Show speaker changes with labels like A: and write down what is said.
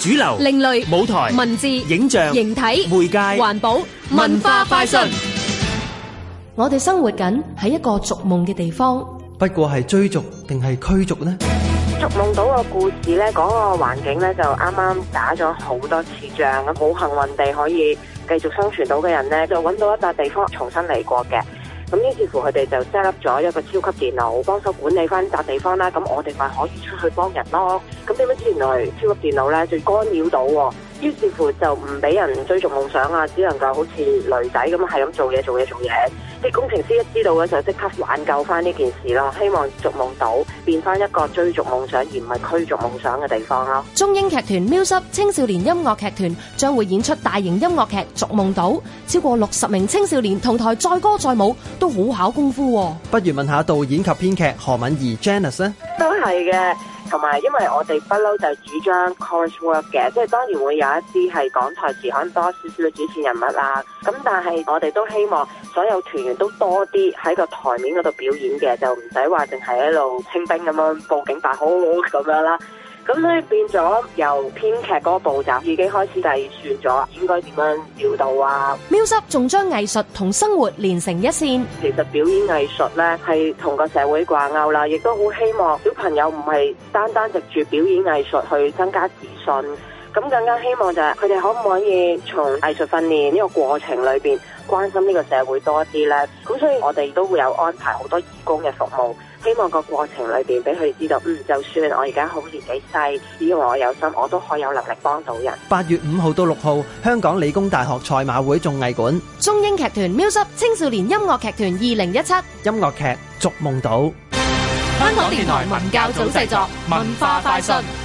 A: 主流、
B: 另類
A: 舞台、
B: 文字、
A: 影
C: à,
A: 像、
B: 形體、
A: 媒介、
B: 環保、
A: 文化快訊。
D: 我哋生活緊喺一個逐夢嘅地方，
C: 不過係追逐定係驅逐呢？
E: 觸夢到個故事呢，嗰、個環境呢，就啱啱打咗好多次仗，咁好幸運地可以繼續生存到嘅人呢，就揾到一笪地方重新嚟過嘅。咁於是乎佢哋就 set up 咗一個超級電腦，幫手管理翻笪地方啦。咁我哋咪可以出去幫人咯。咁點知原來超級電腦呢，就干擾到喎。於是乎就唔俾人追逐夢想啊，只能夠好似女仔咁係咁做嘢做嘢做嘢。啲工程師一知道嘅就即刻挽救翻呢件事咯，希望逐夢島變翻一個追逐夢想而唔係驅逐夢想嘅地方咯。
D: 中英劇團 Music 青少年音樂劇團將會演出大型音樂劇《逐夢島》，超過六十名青少年同台載歌載舞，都好考功夫、喎。
C: 不如問下導演及編劇何敏儀 Janice 啊呢？
E: 都係嘅。同埋，因為我哋不嬲就係主張 coursework 嘅，即係當然會有一啲係講台詞可能多少少嘅主持人物啦。咁但係我哋都希望所有團員都多啲喺個台面嗰度表演嘅，就唔使話淨係喺度清兵咁樣報警白好咁樣啦。咁咧變咗由編劇嗰個步驟已經開始計算咗應該點樣調度啊，
D: Music 仲將藝術同生活連成一線。
E: 其實表演藝術咧係同個社會掛鈎啦，亦都好希望小朋友唔係單單藉住表演藝術去增加自信，咁更加希望就係佢哋可唔可以從藝術訓練呢個過程裏邊關心呢個社會多啲咧？咁所以我哋都會有安排好多義工嘅服務。希望個過程裏邊俾佢哋知道，嗯，就算我而家好年紀細，只要我有心，我都可以有能力幫到人。
C: 八月五號到六號，香港理工大學賽馬會綜藝館
D: 中英劇團 Music 青少年音樂劇團二零一七。
C: 音樂劇《逐夢島》。
B: 香港電台文教組製作，文化快訊。